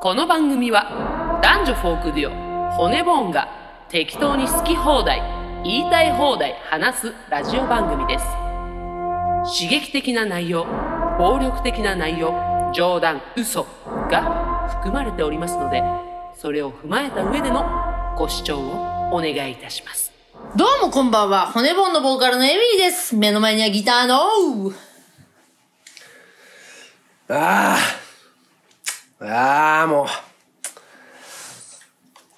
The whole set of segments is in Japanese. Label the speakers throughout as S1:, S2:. S1: この番組は男女フォークデュオ骨ボーンが適当に好き放題言いたい放題話すラジオ番組です刺激的な内容暴力的な内容冗談嘘が含まれておりますのでそれを踏まえた上でのご視聴をお願いいたします
S2: どうもこんばんは、骨盆のボーカルのエミリーです。目の前にはギターの、
S3: ああ。ああ、も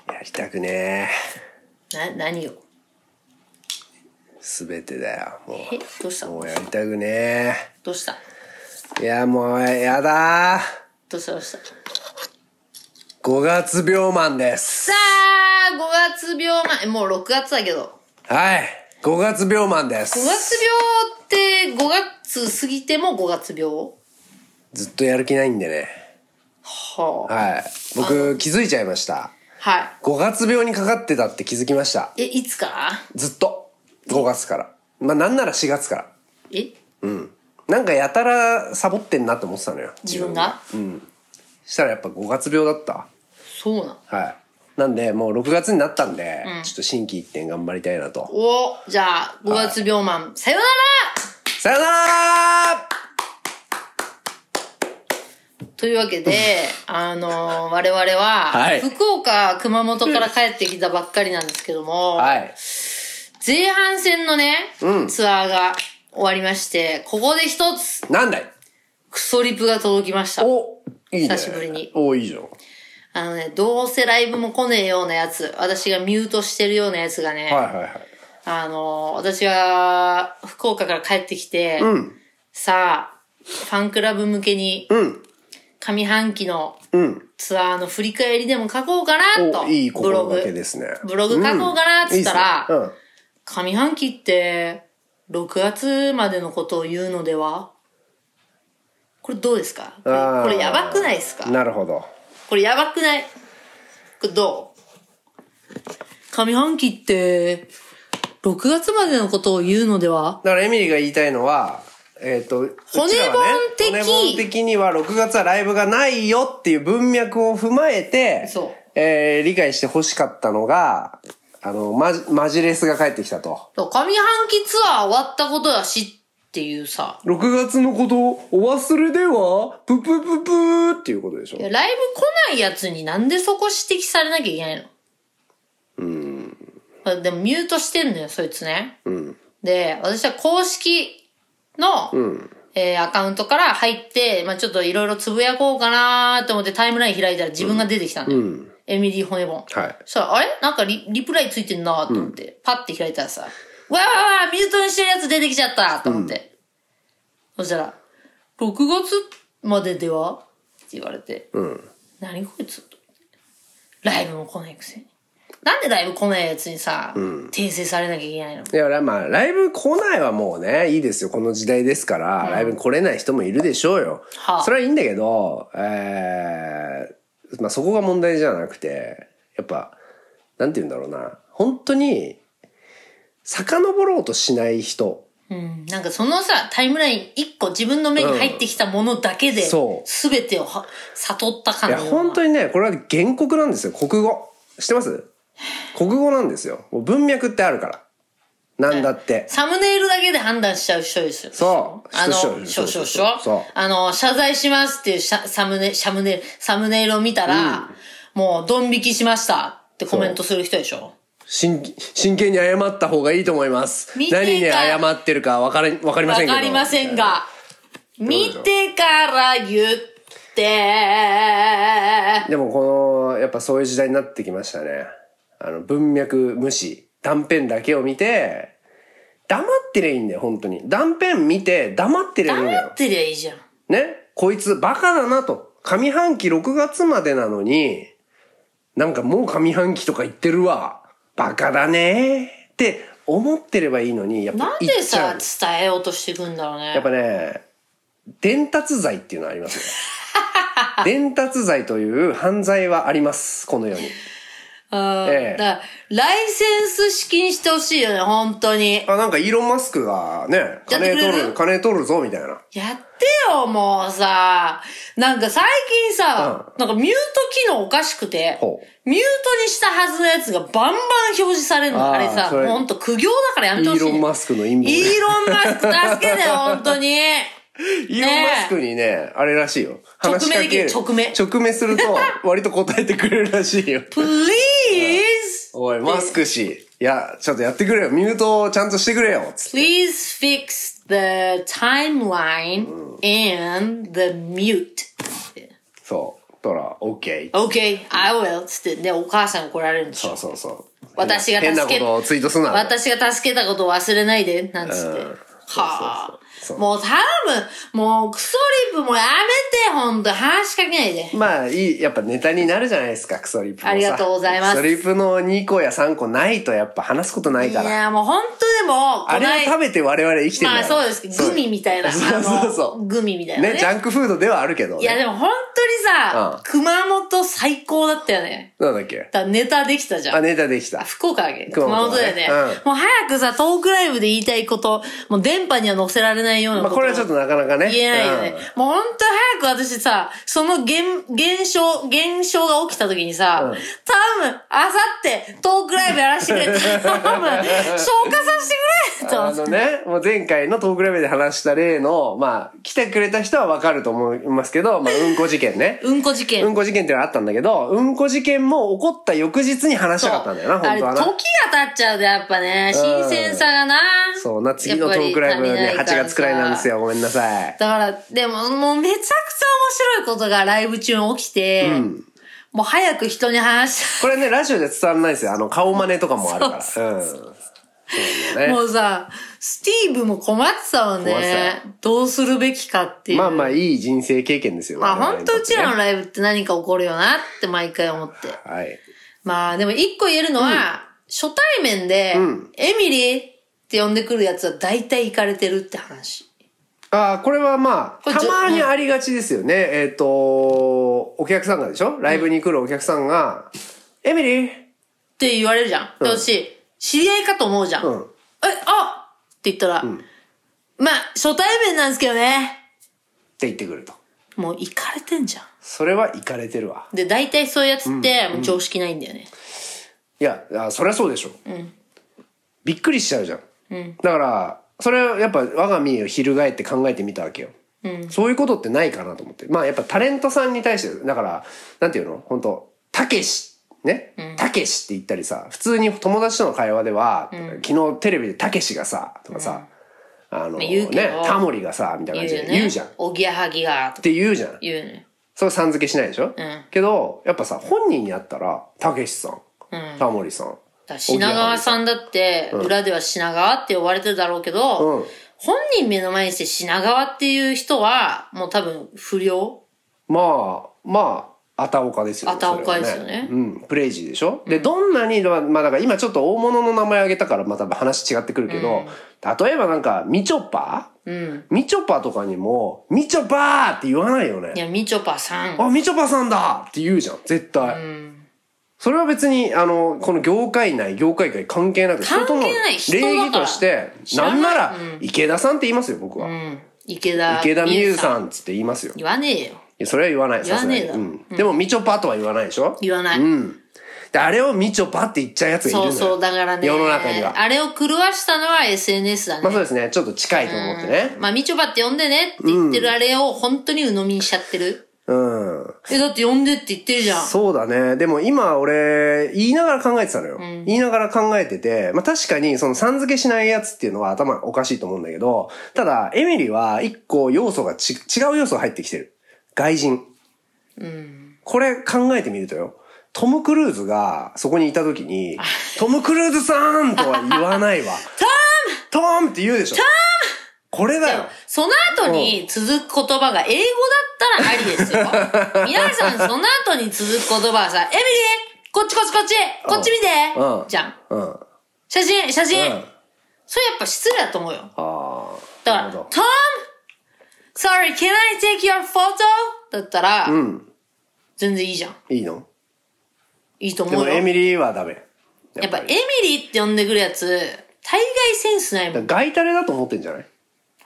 S3: う。やりたくね
S2: な、何を
S3: え。すべてだよ。も
S2: え、どうした
S3: う。もうやりたくね
S2: どうした
S3: え。いや、もう、やだー。
S2: どうしたどうした
S3: 5月病マンです。
S2: さあ、5月病前、もう6月だけど。
S3: はい。5月病マンで
S2: 5
S3: す。
S2: 月病って5月過ぎても5月病
S3: ずっとやる気ないんでね。
S2: はあ。
S3: はい。僕、気づいちゃいました。
S2: は
S3: 5月病にかかってたって気づきました。
S2: い。え、いつから
S3: ずっと。5月から。まあ、なんなら4月から。
S2: え
S3: うん。なんかやたらサボってんなって思ってたのよ。
S2: 自分が
S3: したらやっぱ5月病だった
S2: そうなの。
S3: はいなんでもう6月になったんで、ちょっと心機一転頑張りたいなと
S2: おじゃあ、5月病マン、さよなら
S3: さよなら
S2: というわけで、 あのー我々は、
S3: はい
S2: 福岡、熊本から帰ってきたばっかりなんですけども、
S3: はい
S2: 前半戦のね、
S3: うん
S2: ツアーが終わりまして、ここで一つ、
S3: なんだい
S2: クソリプが届きました。
S3: おいいね
S2: 久しぶりに
S3: おいいじゃんは
S2: あのね、どうせライブも来ねえようなやつ、私がミュートしてるようなやつがね、
S3: いはいはい
S2: あのー、私が福岡から帰ってきて、
S3: うん
S2: さあ、ファンクラブ向けに、
S3: うん
S2: 上半期の
S3: うん
S2: ツアーの振り返りでも書こうかなと。
S3: おいい
S2: ブロ
S3: 心
S2: グ
S3: がけですね
S2: ブログ書こうかなっつったら、
S3: うんいいっすね
S2: 上半期って、6月までのことを言うのではこれどうですかこ
S3: うん
S2: れ
S3: あー
S2: これやばくないですか
S3: なるほど
S2: これやばくないこれどう上半期って、6月までのことを言うのでは
S3: だからエミリーが言いたいのはえっ、と
S2: 骨
S3: うちらは
S2: 盆的
S3: 骨盆的には6月はライブがないよっていう文脈を踏まえて
S2: そう
S3: えー理解してほしかったのがあのマジマジレスが帰ってきたと
S2: 上半期ツアー終わったことだしっていうさ。
S3: 6月のことをお忘れではププププーっていうことでしょ
S2: いやライブ来ないやつになんでそこ指摘されなきゃいけないのうん。でもミュートしてんのよ、そいつね。
S3: うん
S2: で、私は公式の、
S3: うん
S2: えーアカウントから入って、まあちょっといろいろつぶやこうかなと思ってタイムライン開いたら自分が出てきたんだよ。
S3: うん
S2: エミリー・ホネボン。
S3: はい
S2: そしたら、あれなんかリリプライついてんなと思って、パッて開いたらさ、わーわーわーミュートにしてるやつ出てきちゃったと思って。そしたら、6月までではって言われて、
S3: うん
S2: 何こいつと思ってライブも来ないくせに。なんでライブ来ないやつにさ、訂正されなきゃいけないの
S3: いやまあライブ来ないはもうねいいですよこの時代ですから、ライブに来れない人もいるでしょうよ、
S2: はあ
S3: それはいいんだけど、えーまあ、そこが問題じゃなくてやっぱなんて言うんだろうな本当に遡ろうとしない人
S2: うん。なんかそのさ、タイムライン1個自分の目に入ってきたものだけで、
S3: うんそう
S2: 全てをは悟ったか
S3: い
S2: の
S3: や
S2: ような。
S3: 本当にねこれは原告なんですよ国語知ってます国語なんですよもう文脈ってあるからなんだって、
S2: サムネイルだけで判断しちゃう人ですよ。
S3: そう
S2: あの、し
S3: そう
S2: ょしょしょし
S3: そう
S2: ょ。あの、謝罪しますっていうシャサムネ、サムネイル、サムネイルを見たら、もう、ドン引きしましたってコメントする人でしょ。
S3: 真真剣に謝った方がいいと思います
S2: 見てから
S3: 何に謝ってるか分かれ分かりま
S2: わ
S3: せんけど
S2: かりませんが、見
S3: どう
S2: てから言って、
S3: でもこのやっぱそういう時代になってきましたねあの文脈無視断片だけを見て黙ってりゃいいんだよ本当に断片見て黙ってりゃいいんだ
S2: 黙
S3: よ
S2: ってりゃいいじゃん。
S3: ね、こいつバカだなと。上半期6月までなのに、なんかもう上半期とか言ってるわ。バカだねって思ってればいいのに、やっぱ
S2: なん
S3: 言っ
S2: で
S3: ちゃ
S2: さ
S3: う、。
S2: 伝えようとしてくんだろうね。
S3: やっぱね、伝達罪っていうのはあ りますよ。伝達罪という犯罪はあります。この世に。
S2: あー
S3: え
S2: だ
S3: え
S2: からライセンス資金してほしいよね、本当に。
S3: あ、なんかイーロン・マスクがね、
S2: やって
S3: 金
S2: くれる
S3: 取る、金取るぞ、みたいな。
S2: やってよ、もうさ。なんか最近さ、なんかミュート機能おかしくて、
S3: ほ
S2: ミュートにしたはずのやつがバンバン表示されるの。
S3: あー
S2: あれさ、
S3: それ
S2: ほんと苦行だからや
S3: イ
S2: めてほ
S3: ー
S2: しい。
S3: ロン・マスクの陰謀。
S2: イーロンマスク助けてよ、本当に。
S3: イーロン・マスクにね、あれらしいよ。
S2: 直
S3: 話し
S2: 面
S3: か
S2: でき
S3: け
S2: る
S3: る。
S2: 直面
S3: 直面 すると、割と答えてくれるらしいよ。
S2: Please!
S3: おい、マスク氏。いや、ちょっとやってくれよ。ミュートをちゃんとしてくれよ。つ
S2: Please fix the timeline and the mute.
S3: そう。だから、OK。
S2: Okay, I will. つって、で、お母さん怒られるんでし
S3: そ
S2: ょ
S3: う。そうそう。
S2: 私が助け
S3: 変なことをツイートすん な。
S2: 私が助けたことを忘れないで、なんつって。
S3: うん
S2: は
S3: そうそうそ
S2: あ。
S3: うそう
S2: もう頼むもうクソリップもやめて、ほんと。話しかけないで。
S3: まあ、いい、やっぱネタになるじゃないですか、クソリップもさ
S2: ありがとうございます
S3: クソリップの2個や3個ないとやっぱ話すことない
S2: い
S3: から。
S2: や、もうほんとでも、
S3: あれを
S2: こない
S3: 食べて我々生きてるん
S2: ま
S3: だ
S2: あ
S3: から
S2: そうですけど、グミみたいな。
S3: そうそうそ
S2: あの
S3: う
S2: グミみたいな
S3: ね
S2: ね。
S3: ジャンクフードではあるけど、ね。
S2: いや、でも本当にさ、
S3: うん
S2: 熊本最高だったよね。
S3: なんだっけ
S2: だからネタできたじゃ
S3: あ、
S2: ん。
S3: ネタできた。
S2: 福岡県
S3: 熊
S2: 熊
S3: 本
S2: 本だ
S3: だ
S2: よ
S3: ね
S2: ね、
S3: うん
S2: もう早くさ、トークライブで言いたいこと、もう電波には載せられないようなこ
S3: まあ
S2: と。
S3: これはちょっとなかなかね。
S2: 言えないよね。
S3: うん
S2: もうほんと早く私さ、その現、現象、現象が起きた時にさ、
S3: うん
S2: 頼む、あさって、トークライブやらせてくれ、 頼む、消化させてくれと思
S3: あ
S2: って
S3: のね、もう前回のトークライブで話した例の、まあ、来てくれた人はわかると思いますけど、まあ、うんこ事件ね。
S2: うんこ事件。
S3: うんこ事件っていうのがあったんだけど、うんこ事件も起こった翌日に話し
S2: そ
S3: た
S2: う
S3: かったんだよな、
S2: あ
S3: 本
S2: れ、
S3: 当は
S2: 時
S3: な
S2: が。経っちゃうとやっぱね、
S3: うん
S2: 新鮮さがな。
S3: そうな、次のトークライブね、8月くらいなんです
S2: よ。
S3: よ。ごめんなさい。
S2: だから、でも、もうめちゃくちゃ面白いことがライブ中に起きて、もう早く人に話し
S3: これね、ラジオで伝わらないですよ。あの、顔真似とかもあ るから。うん。そうだ
S2: た
S3: よ
S2: も
S3: ね。
S2: うさ、スティーブも困ってたもん
S3: 困って
S2: ね。どうするべきかっていう。
S3: まあまあ、いい人生経験ですよ。
S2: まあ
S3: 我々
S2: 本
S3: に
S2: 当
S3: とっ
S2: うち
S3: てね
S2: らのライブって何か起こるよなって毎回思って。
S3: はい。
S2: まあでも一個言えるのは、初対面で、
S3: ん
S2: エミリーって呼んでくるやつは大体行かれてるって話。
S3: ああ、これはまあ、
S2: これ
S3: た
S2: じゅ
S3: まにありがちですよね。えっ、と、お客さんがでしょライブに来るお客さんが、エミリー
S2: って言われるじゃん。で、私、知り合いかと思うじゃん。
S3: うん
S2: え、あって言ったら、まあ、初対面なんですけどね。
S3: って言ってくると。
S2: もう、行かれてんじゃん。
S3: それは行かれてるわ。
S2: で、大体そういうやつって、もう常識ないんだよね。
S3: いや、あそりゃそうでしょ。びっくりしちゃうじゃん。だから、それはやっぱ我が身を翻って考えてみたわけよ。そういうことってないかなと思って。まあやっぱタレントさんに対して、だから、なんていうの本当たけし、ねたけしって言ったりさ、普通に友達との会話では、昨日テレビでたけしがさ、とかさ、あの、
S2: あ言うけど
S3: ね、タモリがさ、みたいな
S2: 言う
S3: 感じ
S2: よ
S3: で
S2: ね。
S3: 言うじゃん。っ
S2: おぎやはぎが、とか
S3: て言うじゃん。
S2: 言うよね。
S3: それさん付けしないでしょ、
S2: ん
S3: けど、やっぱさ、本人に会ったら、たけしさん、タモリさん、
S2: だから品川さんだって、裏では品川って呼ばれてるだろうけど、
S3: うん
S2: 本人目の前にして品川っていう人は、もう多分不良
S3: まあまああたおかですよ
S2: あたおかですよね
S3: それはうんプレイジーでしょ、でどんなにまあまあだから今ちょっと大物の名前あげたからまた話違ってくるけど、例えばなんかみちょぱ、みちょぱとかにも「みちょぱ!」って言わないよね
S2: いや、みちょぱさん。
S3: あ、みちょぱさんだって言うじゃん、絶対。それは別に、あの、この業界内、業界外関係なく、
S2: 関係ない
S3: 人との礼儀として、
S2: 人だ
S3: な
S2: から知
S3: ん
S2: らな
S3: ないら、池田さんって言いますよ、僕は。
S2: うん。池田。
S3: 池田美優さんっつって言いますよ。い
S2: 言わねえよ。
S3: やそれは言わない、
S2: 言わねえ
S3: さ
S2: だ
S3: すがにうん。でも、みちょぱとは言わないでしょ
S2: 言わない。
S3: うん。で、あれをみちょぱって言っちゃうやつがいるの
S2: そ
S3: よ
S2: うそう、だからね。
S3: 世の中には。
S2: あれを狂わしたのは SNS だね。
S3: まあそうですね、ちょっと近いと思ってね。
S2: まあ、みちょぱって呼んでねって言ってるあれを本当に鵜呑みにしちゃってる。
S3: うん。
S2: え、だって呼んでって言ってるじゃん。
S3: そうだね。でも今俺、言いながら考えてたのよ。言いながら考えてて、まあ確かにそのさん付けしないやつっていうのは頭おかしいと思うんだけど、ただ、エミリは一個要素がち、違う要素が入ってきてる。外人。これ考えてみるとよ。トム・クルーズがそこにいた時に、 トム・クルーズさんとは言わないわ。 トーントーンって言うでしょ。トーンこれだよ。
S2: その後に続く言葉が英語だったらありです よ。皆さん、その後に続く言葉はさ、エミリーこっちこっちこっちこっち見て
S3: うん
S2: じゃん。
S3: うん。うん。
S2: 写真写真、
S3: あ
S2: それやっぱ失礼だと思うよ。
S3: あー。
S2: だか
S3: な
S2: ら、
S3: るほ
S2: Tom!
S3: ど
S2: Sorry, can I take your photo? だったら、
S3: うん。
S2: 全然いいじゃん。
S3: いいの
S2: いいと
S3: で
S2: 思
S3: も
S2: うよ。
S3: エミリーはダメ。
S2: やっぱエミリーって呼んでくるやつ、大概センスないもん。
S3: ガイタレだと思ってんじゃない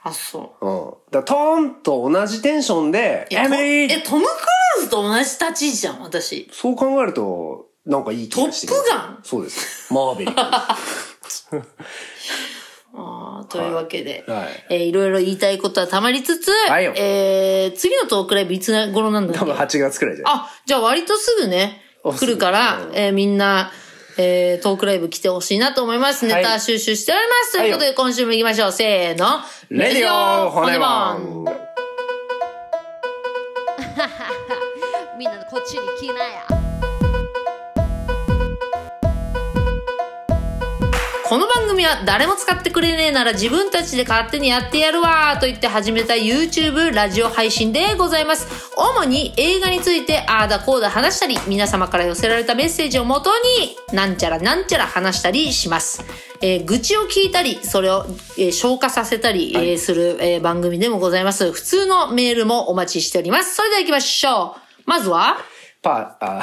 S2: あ、そう。
S3: うん。だからトーンと同じテンションで、
S2: え
S3: エミリ
S2: と
S3: ー
S2: え、トム・クルーズと同じ立ち位置じゃん、私。
S3: そう考えると、なんかいい気がしてきた
S2: トップガン
S3: そうです。マーベリック。
S2: あーというわけで、
S3: はいはい
S2: えーいろいろ言いたいことはたまりつつ、
S3: はいよ
S2: えー次のトークライブいつ頃なんだ
S3: 多
S2: ろう
S3: 分8月くらいじゃない
S2: あ、じゃあ割とすぐね、
S3: あ
S2: 来るから
S3: すぐ、
S2: えーみんな、えートークライブ来てほしいなと思います。
S3: はい
S2: ネタ収集しております。
S3: は
S2: とい
S3: い
S2: う
S3: よ
S2: ことで、今週も行きましょう。せーの。
S3: レディオ骨
S2: マ
S3: ン
S4: みんなこっちに来なや。
S2: この番組は誰も使ってくれねえなら自分たちで勝手にやってやるわーと言って始めた YouTube ラジオ配信でございます。主に映画についてああだこうだ話したり、皆様から寄せられたメッセージをもとに、なんちゃらなんちゃら話したりします。えー愚痴を聞いたり、それを、えー消化させたり、えーする、えー番組でもございます。普通のメールもお待ちしております。それでは行きましょう。まずは、
S3: パあ、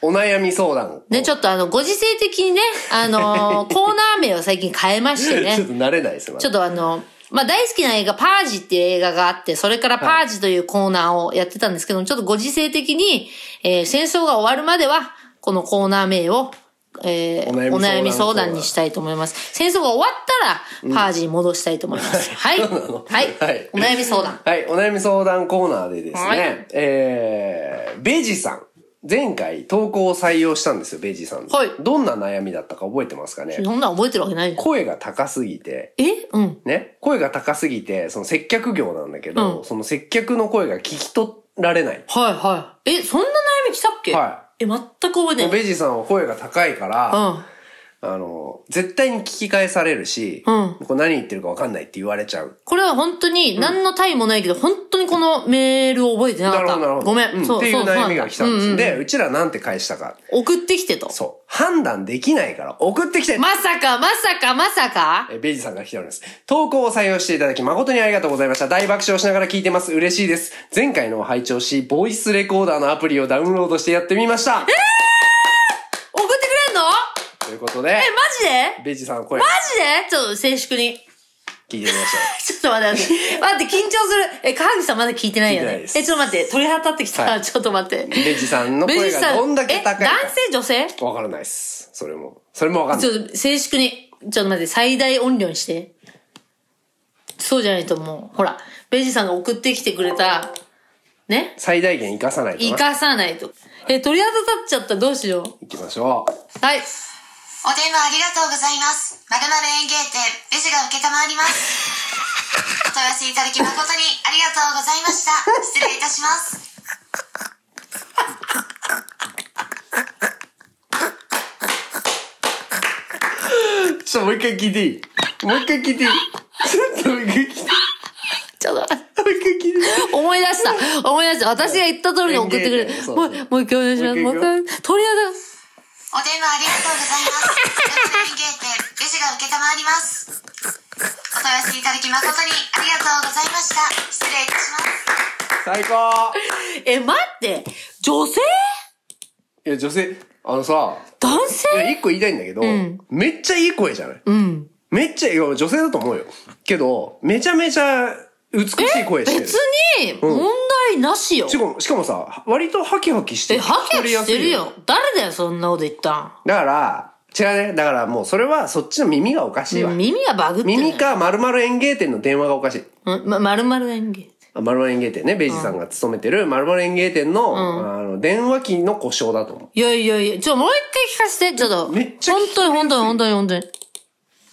S3: お悩み相談。
S2: ね、ちょっとあの、ご時世的にね、あの ーコーナー名を最近変えましてね
S3: ちょ。っと慣れないですまだ
S2: ちょっとあの、まあ、大好きな映画、パージっていう映画があって、それからパージというコーナーをやってたんですけども、ちょっとご時世的に、えー戦争が終わるまでは、このコーナー名を、えー
S3: お
S2: お悩
S3: 悩み相談
S2: み相談にしたいと思います。戦争が終わったら、パージに戻したいと思います。 はい。はい。
S3: はい
S2: お悩み相談。
S3: はい、お悩み相談コーナーでですね、
S2: はい
S3: えー、ベジさん。前回投稿を採用したんですよ、ベジさんの。
S2: はい
S3: どんな悩みだったか覚えてますかね
S2: そんなん覚えてるわけないじゃん
S3: 声が高すぎて、
S2: えうん。
S3: ね、声が高すぎて、その接客業なんだけど、
S2: うん
S3: その接客の声が聞き取られない。
S2: はいはい。え、そんな悩み来たっけ。
S3: はい
S2: え、全く覚えてない。
S3: ベジさんは声が高いから、
S2: うん。
S3: あの、絶対に聞き返されるし、
S2: うん
S3: これ何言ってるか分かんないって言われちゃう。
S2: これは本当に何の対もないけど、本当にこのメールを覚えてなかっ
S3: なる
S2: た。
S3: ほど、なるほど。
S2: ごめん。
S3: うん
S2: そう
S3: っていう
S2: そう
S3: 悩みが来たんで
S2: そ
S3: す。
S2: うなんだ
S3: で、うちらなんて返したか。
S2: うんうん送ってきてと。
S3: そう。判断できないから送ってきて、
S2: まさか、まさか、まさか。
S3: えベイジさんが来ております。投稿を採用していただき誠にありがとうございました。大爆笑しながら聞いてます。嬉しいです。前回のを拝聴し、ボイスレコーダーのアプリをダウンロードしてやってみました。
S2: 送ってくれんの
S3: ということで
S2: え、、マジで
S3: ベイジさんの声
S2: マジでちょっと静粛に。
S3: 聞いてみまし
S2: ちょっと待って待って。待って、緊張する。え、川口さんまだ聞いてないよ
S3: 聞いてない
S2: ね。え、
S3: です
S2: ちょっと待って。鳥肌立ってきた。
S3: はい
S2: ちょっと待って。
S3: た。ベイジさんの声がどんだけ高い
S2: え、
S3: か
S2: 男。性女性
S3: わからないです。それも。それもわかんな
S2: ち
S3: い。
S2: ょっと静粛に、ちょっと待って、最大音量にして。そうじゃないともう、ほら、ベイジさんが送ってきてくれた、ね、
S3: 最大限活かさないとな。
S2: 生かさないと。え、鳥肌立っちゃった、どうしよう。
S3: 行きましょう。
S2: はい。
S5: お電話ありがとうございます。まるまる園芸店、レジが承ります。お問い合わせいただき誠にありがとうございました。失礼いたします。
S3: ちょっともう一回聞いていいもう一回聞いていいちょっともう一回聞いていい
S2: ちょっと待って、
S3: もう一回聞いていい
S2: 思い出した。思い出した。私が言った通りに送ってくれる
S3: 園芸店。そう
S2: もう、
S3: そう
S2: もう一回お願いします。
S3: も
S2: も
S3: う
S2: う
S3: 一
S2: 一
S3: 回
S2: 回。鳥肌、
S5: お電話ありがとうございます。丸々園芸店、レジが承ります。お問い合わせいただき誠にありがとうございました。失礼いたします。
S3: 最高
S2: え、待って、女性
S3: いや、女性、あのさ、
S2: 男
S3: いや
S2: 性
S3: 一個言いたいんだけど、
S2: ん
S3: めっちゃいい声じゃない
S2: うん。
S3: めっちゃいい、いや女性だと思うよ。けど、めちゃめちゃ美しい声してる。
S2: 別に、問題なしよ。
S3: しかも、しかもさ、割とハキハキして
S2: え、ハキハキしてる。
S3: 聞き取りやすい
S2: よ。誰だよ、そんなこと言ったん。
S3: だから、違うね。だからもうそれはそっちの耳がおかしいわ。
S2: 耳がバグってる
S3: 耳か丸々園芸店の電話がおかしい。
S2: うんま、まるまる演芸。
S3: あ丸々園芸店ね、ベイジさんが勤めてる丸々園芸店の、あの、電話機の故障だと思う。
S2: いやいやいや、ちょ、もう一回聞かせて、ちょっと。
S3: めっちゃ聞
S2: 本当に本当に本当に本当に。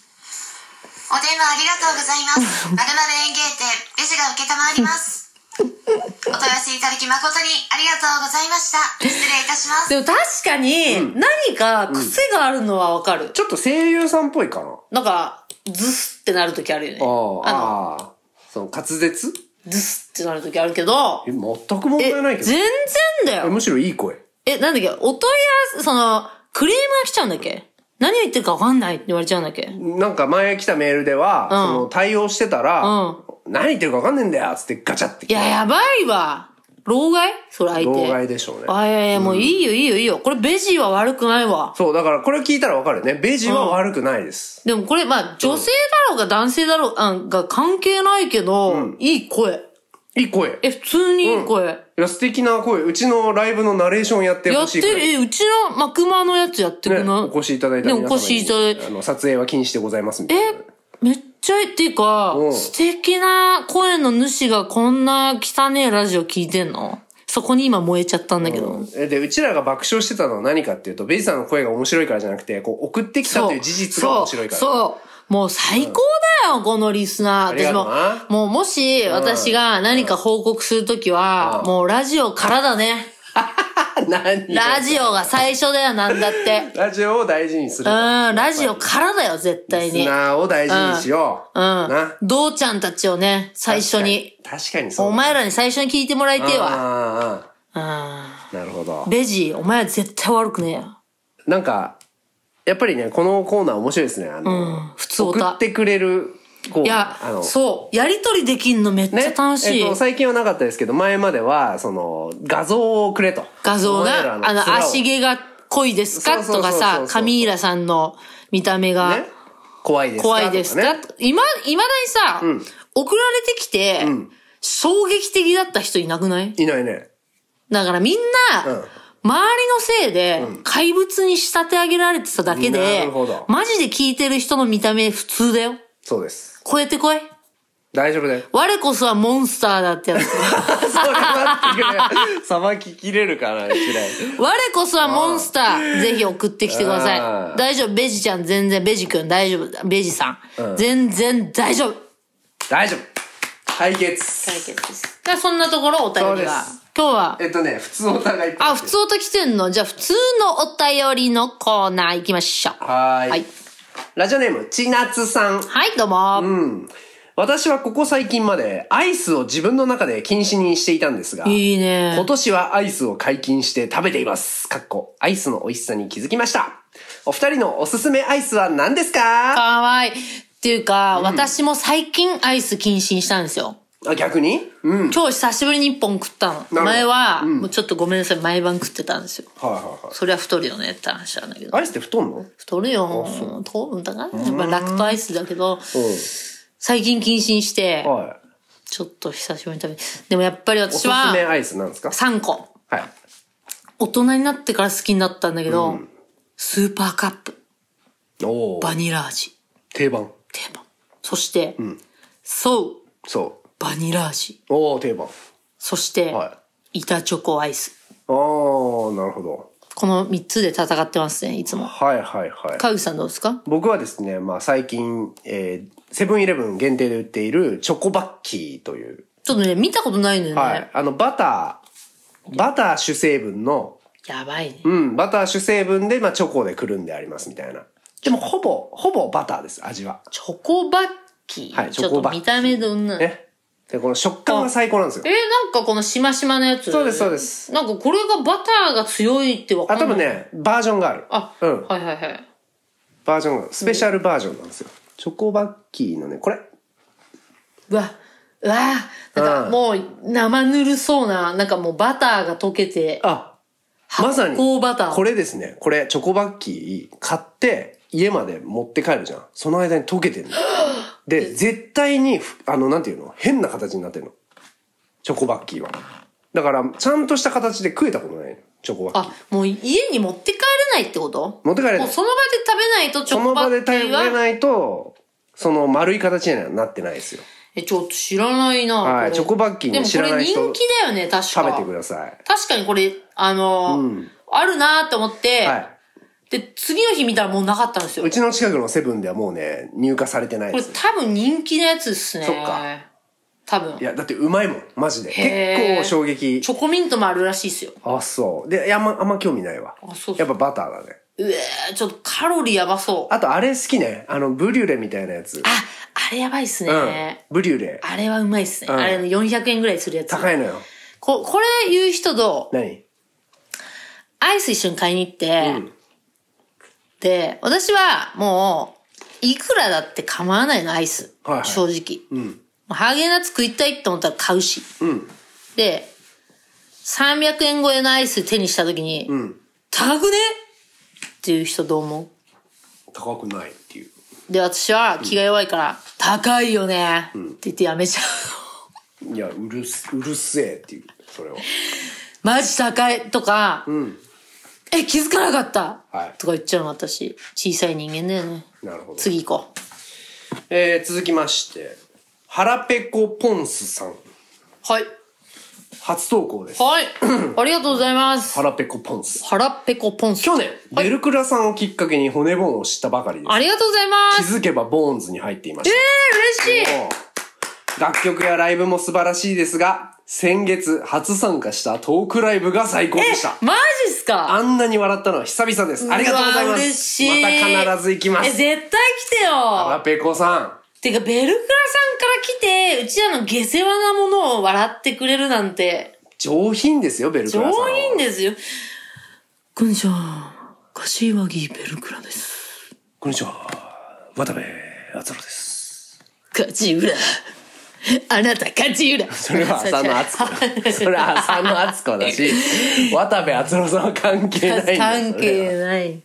S5: お電話ありがとうございます。まるまる園芸店、レジが承ります。お問い合わせいただき誠にありがとうございました。失礼いたします。
S2: でも確かに、何か癖があるのはわかる。
S3: ちょっと声優さんっぽいか
S2: な
S3: な。
S2: んか、ズスってなるときあるよね。あ
S3: ああ、ああ。その滑舌
S2: の、ズスってなるときあるけど
S3: え、、全く問
S2: え、
S3: 題ない
S2: 全然
S3: けど。
S2: だ
S3: え
S2: よ。
S3: むしろいい声。
S2: え、なんだっけ、お問い合わせ、その、クレームが来ちゃうんだっけ何を言ってるかわかんないって言われちゃうんだっけ
S3: なんか前来たメールでは、
S2: うん
S3: その対応してたら、
S2: う
S3: 何言ってるか分かんねえんだよっつってガチャって来
S2: い
S3: て
S2: や、やばいわ。老害それ相手。
S3: 老害でしょうね
S2: あ、いやいや、もういいよいいよいいよ。これベジーは悪くないわ。
S3: そう、だからこれ聞いたらわかるよね。ベジは悪くないです。
S2: でもこれ、まあ、女性だろうが男性だろうあが関係ないけど、いい声。
S3: いい声。
S2: え、普通にいい声。
S3: いや、素敵な声。うちのライブのナレーションやって
S2: や
S3: ほ
S2: っ
S3: してい
S2: る
S3: くら、い。
S2: え、うちのマクマのやつやってく
S3: ね、
S2: ない、
S3: お越しいただいた皆様に
S2: ねお越しいただい
S3: あの、撮影は禁止でございますみたいな。
S2: え、めっちゃいいっていうか
S3: う、ん
S2: 素敵な声の主がこんな汚ねえラジオ聞いてんのそこに今燃えちゃったんだけど。
S3: えで、うちらが爆笑してたのは何かっていうと、ベジさんの声が面白いからじゃなくて、こう、送ってきたという事実が面白いから。
S2: そう。そうもう最高だよ、このリスナー。
S3: ありがとうな
S2: 私も、もうもし私が何か報告するときは、
S3: うん
S2: もうラジオからだね。
S3: 何
S2: ラジオが最初だよ、なんだ って。
S3: ラジオを大事にす
S2: う
S3: る。
S2: ん、ラジオからだよ、絶対
S3: リ
S2: に。
S3: ス
S2: うん。
S3: ナーを大事にしよう。な。
S2: どうちゃんたちをね、最初に。
S3: 確か。確かにそう。
S2: お前らに最初に聞いてもらいてえわ。
S3: あ
S2: うん。
S3: あ、なるほど。
S2: ベジー、お前は絶対悪くねえよ。
S3: なんか、やっぱりね、このコーナー面白いですね。あの、
S2: うん普通オ
S3: 送
S2: タ
S3: ってくれる、こう、
S2: いや
S3: あ、の、
S2: そう。やりとりできんのめっちゃ楽しい。
S3: えっと、最近はなかったですけど、前までは、その、画像をくれと。
S2: 画像
S3: お前ら
S2: が、あの、
S3: 素顔
S2: 足毛が濃いですか
S3: そうそう
S2: とか
S3: そうそうそ
S2: さ
S3: う、
S2: カミーラさんの見た目が
S3: ね。怖いですか
S2: 怖いです
S3: と
S2: か
S3: ね
S2: 今、いまだにさ、送られてきて、衝撃的だった人いなくない
S3: いないね。
S2: だからみんな、
S3: うん
S2: 周りのせいで、怪物に仕立て上げられてただけ
S3: な
S2: で
S3: るほど、
S2: マジで聞いてる人の見た目普通だよ。
S3: そうです。
S2: 超えてこい。
S3: 大丈夫だよ。
S2: 我こそはモンスターだってやつ。
S3: それ待ってくれ。さばききれるかな、嫌い。
S2: 我こそはモンスター。ぜひ送ってきてくだ
S3: あ
S2: さ
S3: ー
S2: い。大丈夫。ベジちゃん全然、ベジくん大丈夫。ベジさん。
S3: うん
S2: 全然大丈夫。
S3: 大丈夫。解決。
S2: 解決です。じゃあそんなところお便りが
S3: そうで。
S2: 今日は、
S3: えっとね、普通お互いっぱい
S2: あ、普通と来てんのじゃあ普通のお便りのコーナー行きましょう。
S3: はーい
S2: はい。
S3: ラジオネーム、ちなつさん。
S2: はい、どうも。
S3: 私はここ最近までアイスを自分の中で禁止にしていたんですが、
S2: いいね
S3: 今。年はアイスを解禁して食べています。かっこ、アイスの美味しさに気づきました。お二人のおすすめアイスは何ですか
S2: かわいい。っていうか、私も最近アイス禁止にしたんですよ。
S3: あ逆にうん。はい
S2: 今日久しぶりに一本食った
S3: ど
S2: の。前は、もうちょっとごめんなさい、毎晩食ってたんですよ。
S3: はいは
S2: そりゃ太るよねって話なんだけど。
S3: い。アイスって太んのうん。
S2: 太るよ。糖分高いね。やっぱラクトアイスだけど、最近禁止にして、
S3: はい。
S2: ちょっと久しぶりに食べでもやっぱり
S3: お
S2: 私
S3: すすめ
S2: は、
S3: アイスなんですか
S2: 3個。
S3: はい。
S2: 大人になってから好きになったんだけど、スーパーカップ、
S3: おー
S2: バニラ味、
S3: 定番。
S2: 定番。そして、そう、
S3: そ
S2: バニラ味。
S3: う。おー定番。
S2: そして、
S3: は
S2: 板チョコアイス。
S3: あー、なるほど。
S2: この3つで戦ってますね、いつも。
S3: はいはいはい。
S2: 川口さんどうですか
S3: 僕はですね、まあ最近、えー、セブンイレブン限定で売っているチョコバッキーという、
S2: ちょっとね、見たことないのよね。
S3: はい。あの、バター、バター主成分の、
S2: やばいね。
S3: うん、バター主成分で、まあチョコでくるんでありますみたいな。でもほぼ、ほぼバターです、味は。
S2: チョコバッキー。
S3: はい
S2: ちょっ
S3: チョコ
S2: と
S3: バッキー
S2: 見た目どんな。
S3: ね。で、この食感が最高なんですよ
S2: えー、。なんかこのしましまのやつ。
S3: そうですそうです。
S2: なんかこれがバターが強いってわか
S3: あ、
S2: んな
S3: 多
S2: い。
S3: 分。ね、バージョンがある。
S2: あ、
S3: うん。
S2: はいはいはい。
S3: バージョンが、スペシャルバージョンなんですよ。チョコバッキーのね、これ。
S2: うわ、うわ、なん
S3: う
S2: か
S3: ん
S2: もう生ぬるそうな、なんかもうバターが溶けて、
S3: あ、まさに。
S2: 発酵バター
S3: これですね。これ、チョコバッキー買って、家まで持って帰るじゃん。その間に溶け てるの。で、絶対にふ、あの、なんていうの変な形になってるの。チョコバッキーは。だから、ちゃんとした形で食えたことないのチョコバッキー
S2: あ。、もう家に持って帰れないってこと
S3: 持って帰れな
S2: も。
S3: いう
S2: その場で食べないとチ
S3: そ
S2: ョコ
S3: の
S2: バ
S3: 場で
S2: ッキ
S3: 食べ
S2: ーは。
S3: ないと、その丸い形にはなってないですよ。
S2: え、ちょっと知らないな。
S3: はい
S2: これ
S3: チョコバッキーね
S2: でも
S3: 知ら
S2: こ
S3: な
S2: れ
S3: い人
S2: 人気だよね、確か。
S3: 食べてください。
S2: 確かにこれ、あのーあるなーって思って、
S3: はい。
S2: で、次の日見たらもうなかったんですよ。
S3: うちの近くのセブンではもうね、入荷されてない
S2: こ
S3: で
S2: れ
S3: す、ね。
S2: 多分人気のやつですね。
S3: そっか。
S2: 多分
S3: い。や、だってうまいもん、マジで。
S2: へー
S3: 結構衝撃
S2: チ。ョコミントもあるらしいですよ。
S3: あ、そう。で、いやあんま、あんま興味ないわ。
S2: あそうそう
S3: やっぱバターだね。
S2: うえー、ちょっとカロリーやばそう。あ、
S3: あと、あれ好きね。あの、ブリュレみたいなやつ。
S2: あれやばいっす
S3: うん
S2: ね。。
S3: ブリュレ。
S2: あれはうまいっすね。
S3: うん
S2: あれの400円ぐらいするやつ。
S3: 高いのよ。
S2: ここれ言う人と、
S3: 何
S2: アイス一緒に買いに行って、
S3: うん
S2: で、私はもう、いくらだって構わないの、アイス。
S3: はいはい
S2: 正直。
S3: うん。
S2: ハーゲンダッツ食いたいって思ったら買うし。
S3: うん。
S2: で、 300円超えのアイス手にした時に、
S3: うん。
S2: 高くねっていう人どう思
S3: 高くないっていう。
S2: うで、私は気が弱いから、高いよねって言ってやめちゃう。
S3: いや、うるす、うるせえっていう、それは。
S2: マジ高いとか、
S3: ん
S2: え、気づかなかった、
S3: はい
S2: とか言っちゃうの私。小さい人間だよね。
S3: なるほど。
S2: 次行こう。
S3: えー、続きまして、腹ペコポンスさん。
S2: はい。
S3: 初投稿です。
S2: はい。ありがとうございます。
S3: 腹ペコポンス。
S2: 腹ペコポンス。
S3: 去年、
S2: は
S3: ベ
S2: い。
S3: ルクラさんをきっかけに骨ボーンを知ったばかりです
S2: あ。りがとうございま
S3: 気
S2: す。
S3: づけばボーンズに入っていまし
S2: え
S3: た。
S2: ー、嬉しい。
S3: もう楽曲やライブも素晴らしいですが、先月初参加したトークライブが最高でした。
S2: マジっすか
S3: あんなに笑ったのは久々です。ありがとうございま
S2: わ嬉
S3: す。
S2: しい。
S3: また必ず行きま
S2: え、
S3: す。
S2: 絶対来て
S3: あら
S2: よ。
S3: ぺこさ
S2: てか、ベルクラさんから来て、うちらの下世話なものを笑ってくれるなんて、
S3: ん、上品ですよ、ベルク
S2: 上
S3: ラさんは。
S2: 品ですよ。くんちゃん、柏木ベルクラです。
S3: こんにちは。渡部篤郎です。
S2: 勝浦。あなた、勝浦。
S3: それは浅野 敦子。それは浅野敦子だし、渡部篤郎さんは関係ないんだよ
S2: 関
S3: それは
S2: 係ない。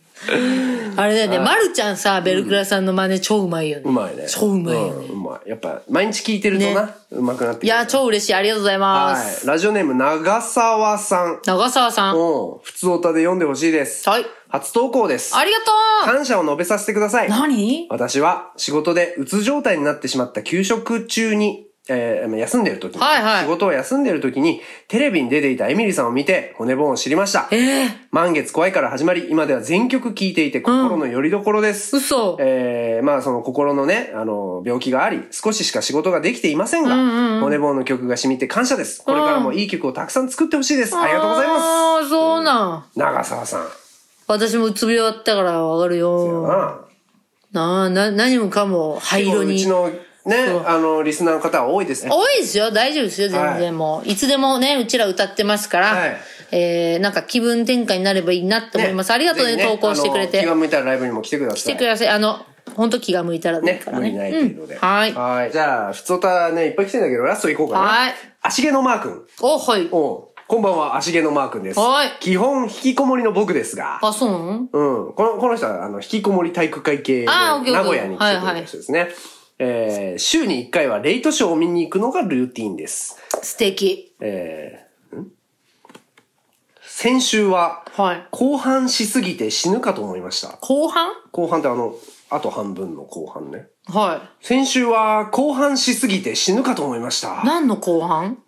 S2: あれだよね、まるちゃんさ、ベルクラさんの真似超うまいよね。
S3: うまいね。
S2: 超うまいよね。
S3: んうまい。やっぱ、毎日聞いてるとな、
S2: ね
S3: うまくなってくる
S2: いや、超嬉しい。ありがとうございます。
S3: はい。ラジオネーム、長澤さん。
S2: 長澤さん。
S3: うん。普通おたで読んでほしいです。
S2: はい。
S3: 初投稿です。
S2: ありがとう
S3: 感謝を述べさせてください。
S2: 何
S3: 私は仕事でうつ状態になってしまった休職中に、えー休んでる時に、
S2: はいはい
S3: 仕事を休んでる時に、テレビに出ていたエミリさんを見て、骨盆を知りました。
S2: えー、
S3: 満月怖いから始まり、今では全曲聴いていて心の拠り所です。
S2: 嘘
S3: えーまあその心のね、あの、病気があり、少ししか仕事ができていませんが、骨棒の曲が染みて感謝です。これからもいい曲をたくさん作ってほしいです。ありがとうございま
S2: ああ、そうなん。
S3: す。長澤さん。
S2: 私もうつ病だったからわかるよ。
S3: あ
S2: なあ、な、何もかも
S3: あ
S2: 灰
S3: も
S2: 色
S3: うう
S2: に
S3: ち。のね
S2: そう、
S3: あの、リスナーの方は多いですね。
S2: 多いですよ。大丈夫ですよ。全
S3: はい
S2: 然もう。いつでもね、うちら歌ってますから。
S3: はい
S2: えー、なんか気分転換になればいいなって思います。
S3: ね
S2: ありがとうね
S3: ぜひ
S2: 投稿してくれて。
S3: あの気が向いたらライブにも来てください。
S2: 来てください。あの、ほんと気が向いたらでいい
S3: ね
S2: か、ら
S3: 無
S2: ね。
S3: 理ない程度で。
S2: うんはい。
S3: じゃあ、普通歌ね、いっぱい来てんだけど、ラスト行こうかな。
S2: はい。
S3: 足毛のマー君。
S2: お、はい。
S3: おうこんばんは、足毛のマー君です。
S2: はい
S3: 基本、引きこもりの僕ですが。
S2: あ、そうなの
S3: うん。この、この人は、あの、引きこもり体育会系で、
S2: あーオッケーオ
S3: 名
S2: ッケー
S3: 古屋に来てくれた人ですね。えー週に1回はレイトショーを見に行くのがルーティンです。
S2: 素敵。
S3: えーん先週は、
S2: はい。
S3: 後半しすぎて死ぬかと思いました。
S2: 後半
S3: 後半ってあの、あと半分の後半ね。
S2: は
S3: 先週は、後半しすぎて死ぬかと思いまし
S2: い。
S3: た。
S2: 何の後半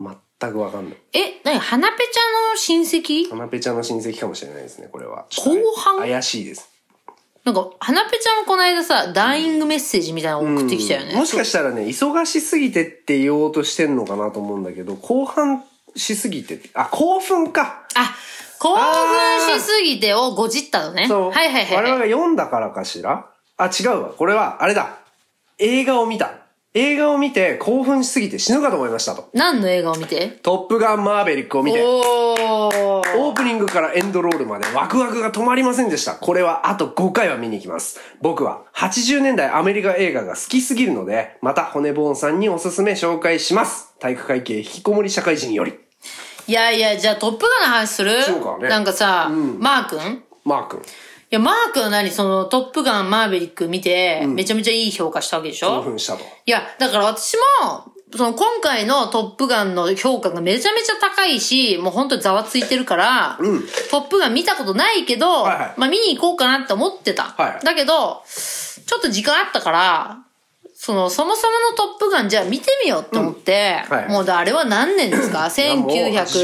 S3: 全くわかんない。
S2: え、なに、花ペちゃんの親戚
S3: 花ペちゃんの親戚かもしれないですね、これは。
S2: 後半
S3: 怪しいです。
S2: なんか、花ペちゃんもこの間さ、ダイイングメッセージみたいなの送ってきたよね。
S3: うんもしかしたらね、忙しすぎてって言おうとしてんのかなと思うんだけど、後半しすぎてって、あ、興奮か。
S2: あ、興奮しすぎてをごじったのね。
S3: そう。
S2: はいはいはい
S3: 我
S2: はい。
S3: 々が読んだからかしらあ、違うわ。これは、あれだ。映画を見た。映画を見て興奮しすぎて死ぬかと思いましたと。
S2: 何の映画を見て
S3: トップガンマーベリックを見て、
S2: おー。
S3: オープニングからエンドロールまでワクワクが止まりませんでした。これはあと5回は見に行きます。僕は80年代アメリカ映画が好きすぎるので、また骨ボーンさんにおすすめ紹介します。体育会系引きこもり社会人より。
S2: いやいや、じゃあトップガンの話する
S3: そうかね
S2: なんかさ、
S3: ん
S2: マー君い
S3: マー君。
S2: や、マー君は何そのトップガンマーヴェリック見て、めちゃめちゃいい評価したわけでし
S3: 興
S2: ょ
S3: 奮したと。
S2: いや、だから私も、その今回のトップガンの評価がめちゃめちゃ高いし、もうほんとざわついてるから、トップガン見たことないけど、
S3: はいはい
S2: まあ見に行こうかなって思ってた。
S3: はいはい
S2: だけど、ちょっと時間あったから、その、そもそものトップガンじゃあ見てみようって思って、
S3: うんはい
S2: もうだあれは何年ですか
S3: やもう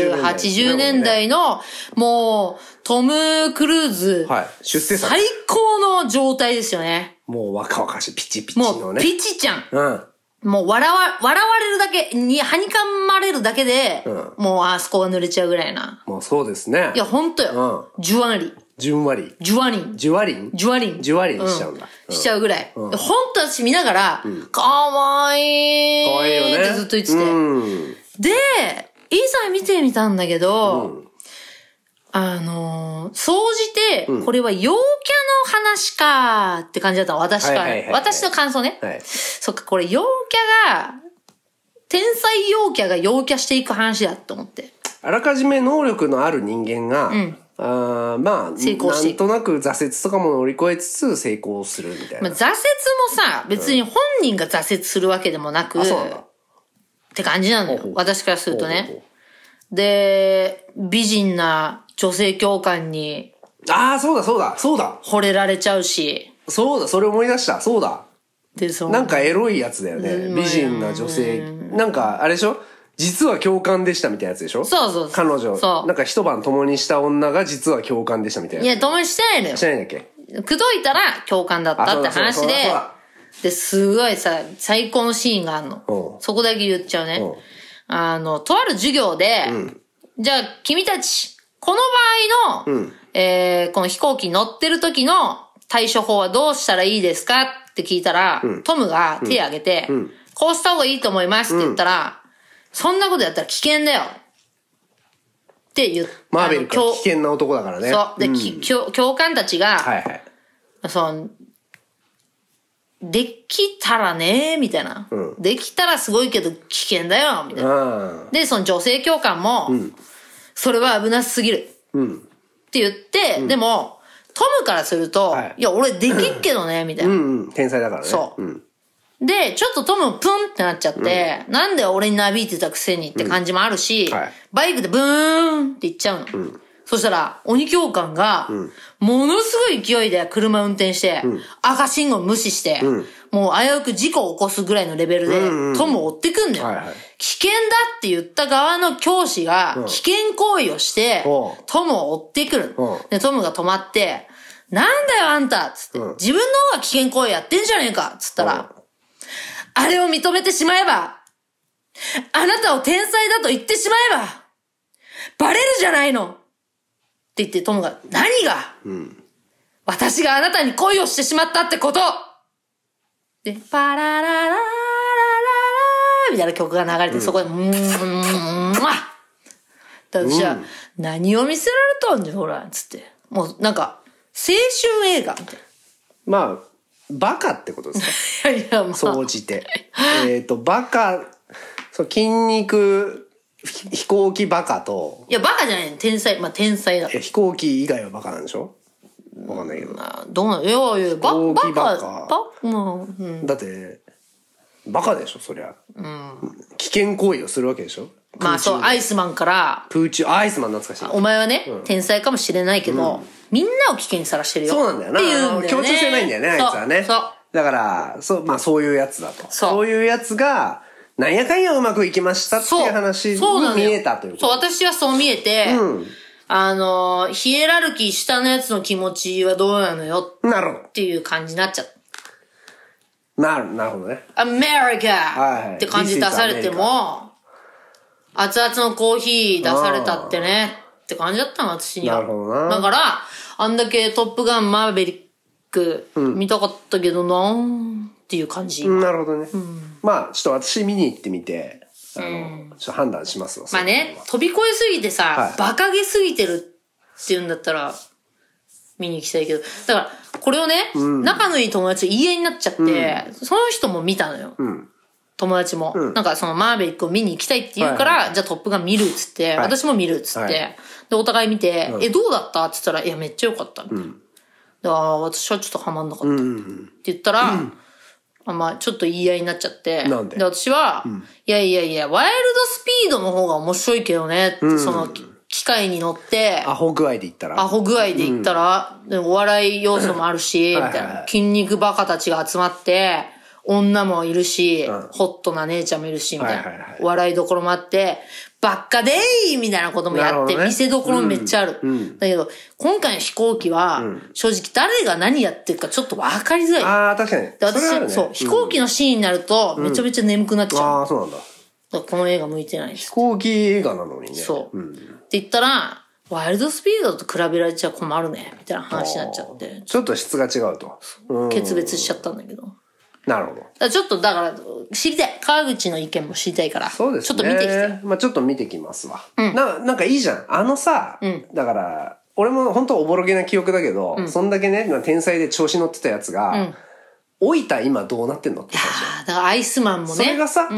S2: 1980年代の、もう、トム・クルーズ、
S3: はい出世作
S2: 最高の状態ですよね。
S3: もう若々しい、ピチピチ
S2: も
S3: の
S2: う、
S3: ね。
S2: ピチちゃん。
S3: うん。
S2: もう笑わ、笑われるだけ、に、はにかまれるだけで、
S3: うん
S2: もうあそこが濡れちゃうぐらいな。
S3: もうそうですね
S2: い。や、ほんとよ。ジュワリ、
S3: じゅんわり。
S2: ジュワリン、
S3: じゅわりん
S2: ジュワリン。
S3: じゅわりんしちゃうんだ。うん
S2: しちゃうぐらい。ほんと私見ながら、かわいい
S3: かわいいよね。
S2: ってずっと言ってて。
S3: うん。
S2: で、いざ見てみたんだけど、あのー、総じて、これは陽キャの話かーって感じだったの、私から。
S3: はいはいはいはい
S2: 私の感想ね。
S3: はい。
S2: そっか、これ陽キャが、天才陽キャが陽キャしていく話だと思って。
S3: あらかじめ能力のある人間が、
S2: ん
S3: あーまあ、
S2: 成功
S3: な
S2: してい
S3: ん
S2: く
S3: となく挫折とかも乗り越えつつ成功するみたい
S2: まあ、
S3: な。
S2: 挫折もさ、別に本人が挫折するわけでもなく、
S3: あ、そうなんだ
S2: っ。て感じなの
S3: ほうほ
S2: よ
S3: う。
S2: 私からすると
S3: ほうほ
S2: ね。で、美人な女性教官に
S3: うああ、そうだそうだ、そうだ、
S2: 惚れられちゃうし、
S3: そうだ、それ思い出した、そうだ。
S2: で、その、
S3: なんかエロいやつだよね。美人な女性。なんか、あれでしょ実は共感でしたみたいなやつでしょ
S2: そうそうそう
S3: 彼女。
S2: そう
S3: なんか一晩共にした女が実は共感でしたみたいな。
S2: いや、共にしてないのよ
S3: し。ないんだっけ
S2: 口説いたら共感だったって
S3: あそ
S2: 話
S3: うだそうだ
S2: で
S3: そ
S2: で
S3: うだそうだ、
S2: すごいさ、最高のシーンがあんの
S3: う。ん
S2: そこだけ言っちゃうね
S3: うん。
S2: あの、とある授業で、じゃあ君たち、この場合の、えーこの飛行機に乗ってる時の対処法はどうしたらいいですかって聞いたら、トムが手を挙げて、こうした方がいいと思いますって言ったら、そんなことやったら危険だよって言って、
S3: マーベリックは
S2: あ
S3: 危
S2: の
S3: 険な男だからね。
S2: そう。で、
S3: ん
S2: き教教官たちが、
S3: はいはい。
S2: その、できたらね、みたいな、
S3: う
S2: できたらすごいけど危険だよ、みたいな。
S3: あ
S2: で、その女性教官も、それは危なすぎる。って言って、でも、トムからすると、
S3: はい
S2: い、や、俺できっけどね、みたい
S3: あ。う
S2: な。
S3: んうん。天才だからね。
S2: そう
S3: うん。
S2: で、ちょっとトムプンってなっちゃって、なんで俺になびいてたくせにって感じもあるし、
S3: うんはい
S2: バイクでブーンって行っちゃうの。そしたら、鬼教官が、ものすごい勢いで車運転して、赤信号無視して、もう危うく事故を起こすぐらいのレベルで、トムを追ってくんのよ、
S3: はいはい
S2: 危険だって言った側の教師が、危険行為をして、
S3: おう
S2: トムを追ってくる
S3: おう。
S2: で、トムが止まって、なんだよあんたつって、
S3: うん
S2: 自分の方が危険行為やってんじゃねえかつったら、あれを認めてしまえば、あなたを天才だと言ってしまえば、バレるじゃないのって言ってトムが、何が、私があなたに恋をしてしまったってことで、パララララララみたいな曲が流れて、そこで、うーん、うーん、うわだから私は、何を見せられたんじゃ、ほら、つって。もう、なんか、青春映画みたい
S3: まあ、バカってことですか
S2: な。いやいや、まあ、
S3: 総じて。えっと、バカ、そう筋肉、ひ飛行機バカと、
S2: いや、バカじゃないの天才、まあ、天才だ
S3: い。や飛行機以外はバカなんでしょわかんないけど。
S2: あどうなのいやいや、バ
S3: 大き
S2: カ、
S3: いバ
S2: バ
S3: カ
S2: カ、バカ、うん、
S3: だって、バカでしょ、そりゃ。危険行為をするわけでしょ
S2: まあそう、アイスマンから、
S3: 空中、アイスマン懐かしい。
S2: お前はね、天才かもしれないけど、みんなを危険にさらしてるよ。
S3: そうなんだよな。
S2: っていうんだよね。
S3: 強調性ないんだよね、あいつはね。
S2: そう。そう
S3: だから、そう、まあそういうやつだと。
S2: そう
S3: いうやつが、なんやかんやうまくいきましたって
S2: そう
S3: いう話に
S2: そうなの
S3: 見
S2: よ
S3: えたということ。
S2: そう、私はそう見えて、
S3: うん
S2: あのー、ヒエラルキー下のやつの気持ちはどうなのよ
S3: なるほ
S2: っていう感じになっちゃった。
S3: ど。なる、なるほどね。
S2: アメリ
S3: はいはい
S2: カって感じ出されて
S3: This is
S2: も、熱々のコーヒー出されたってね、って感じだったの、私には。
S3: なるほどな
S2: だから、あんだけトップガンマーベリック見たかったけどなーっていう感じ。
S3: なるほどね。まあ、ちょっと私見に行ってみて、あの、ちょっと判断しますわ。
S2: まあね、飛び越えすぎてさ、
S3: はい
S2: 馬鹿げすぎてるっていうんだったら、見に行きたいけど。だから、これをね、仲のいい友達と言い合いになっちゃって、その人も見たのよ。友達も、なんかそのマーベリックを見に行きたいって言うから、
S3: はいは
S2: じゃあトップガン見るっつって、私も見るっつって、
S3: はい
S2: で、お互い見て、え、どうだったっつったら、いや、めっちゃ良かった。みたいなで、ああ、私はちょっとハマんなかった。って言ったら、あまあ、ちょっと言い合いになっちゃって。
S3: なんで
S2: 私は、いやいやいや、ワイルドスピードの方が面白いけどねって、そのき機械に乗って、
S3: アホ具合で言ったら。
S2: アホ具合で言ったら、でお笑い要素もあるし、
S3: は
S2: み
S3: いはい
S2: たいな。筋肉バカたちが集まって、女もいるし、ホットな姉ちゃんもいるし、みたいな。
S3: はいはいはい
S2: お笑いどころもあって、ばっかでーいみたいなこともや
S3: なる
S2: っ
S3: ほ
S2: て、
S3: どね
S2: 見せどころもめっちゃある。だけど、今回の飛行機は、正直誰が何やってるかちょっとわかりづらい。
S3: ああ、確かに。
S2: で私
S3: れはあるね
S2: そう、飛行機のシーンになると、めちゃめちゃ眠くなっちゃう。
S3: ああ、そうなんだ。
S2: だからこの映画向いてないです
S3: 飛。行機映画なのにね。
S2: そう。って言ったら、ワイルドスピードと比べられちゃ困るね、みたいな話になっちゃって、
S3: ちょっと質が違うと。うん
S2: 決別しちゃったんだけど。だか
S3: なるほど。
S2: らちょっと、だから、知りたい。川口の意見も知りたいから。
S3: そうですね。
S2: ちょっと見てきて。
S3: まあちょっと見てきますわ。ななんかいいじゃん。あのさ、だから、俺も本当おぼろげな記憶だけど、そんだけね、まあ天才で調子乗ってたやつが、老いた今どうなってんのって
S2: あーだからアイスマンも
S3: それ
S2: ね
S3: が。さ、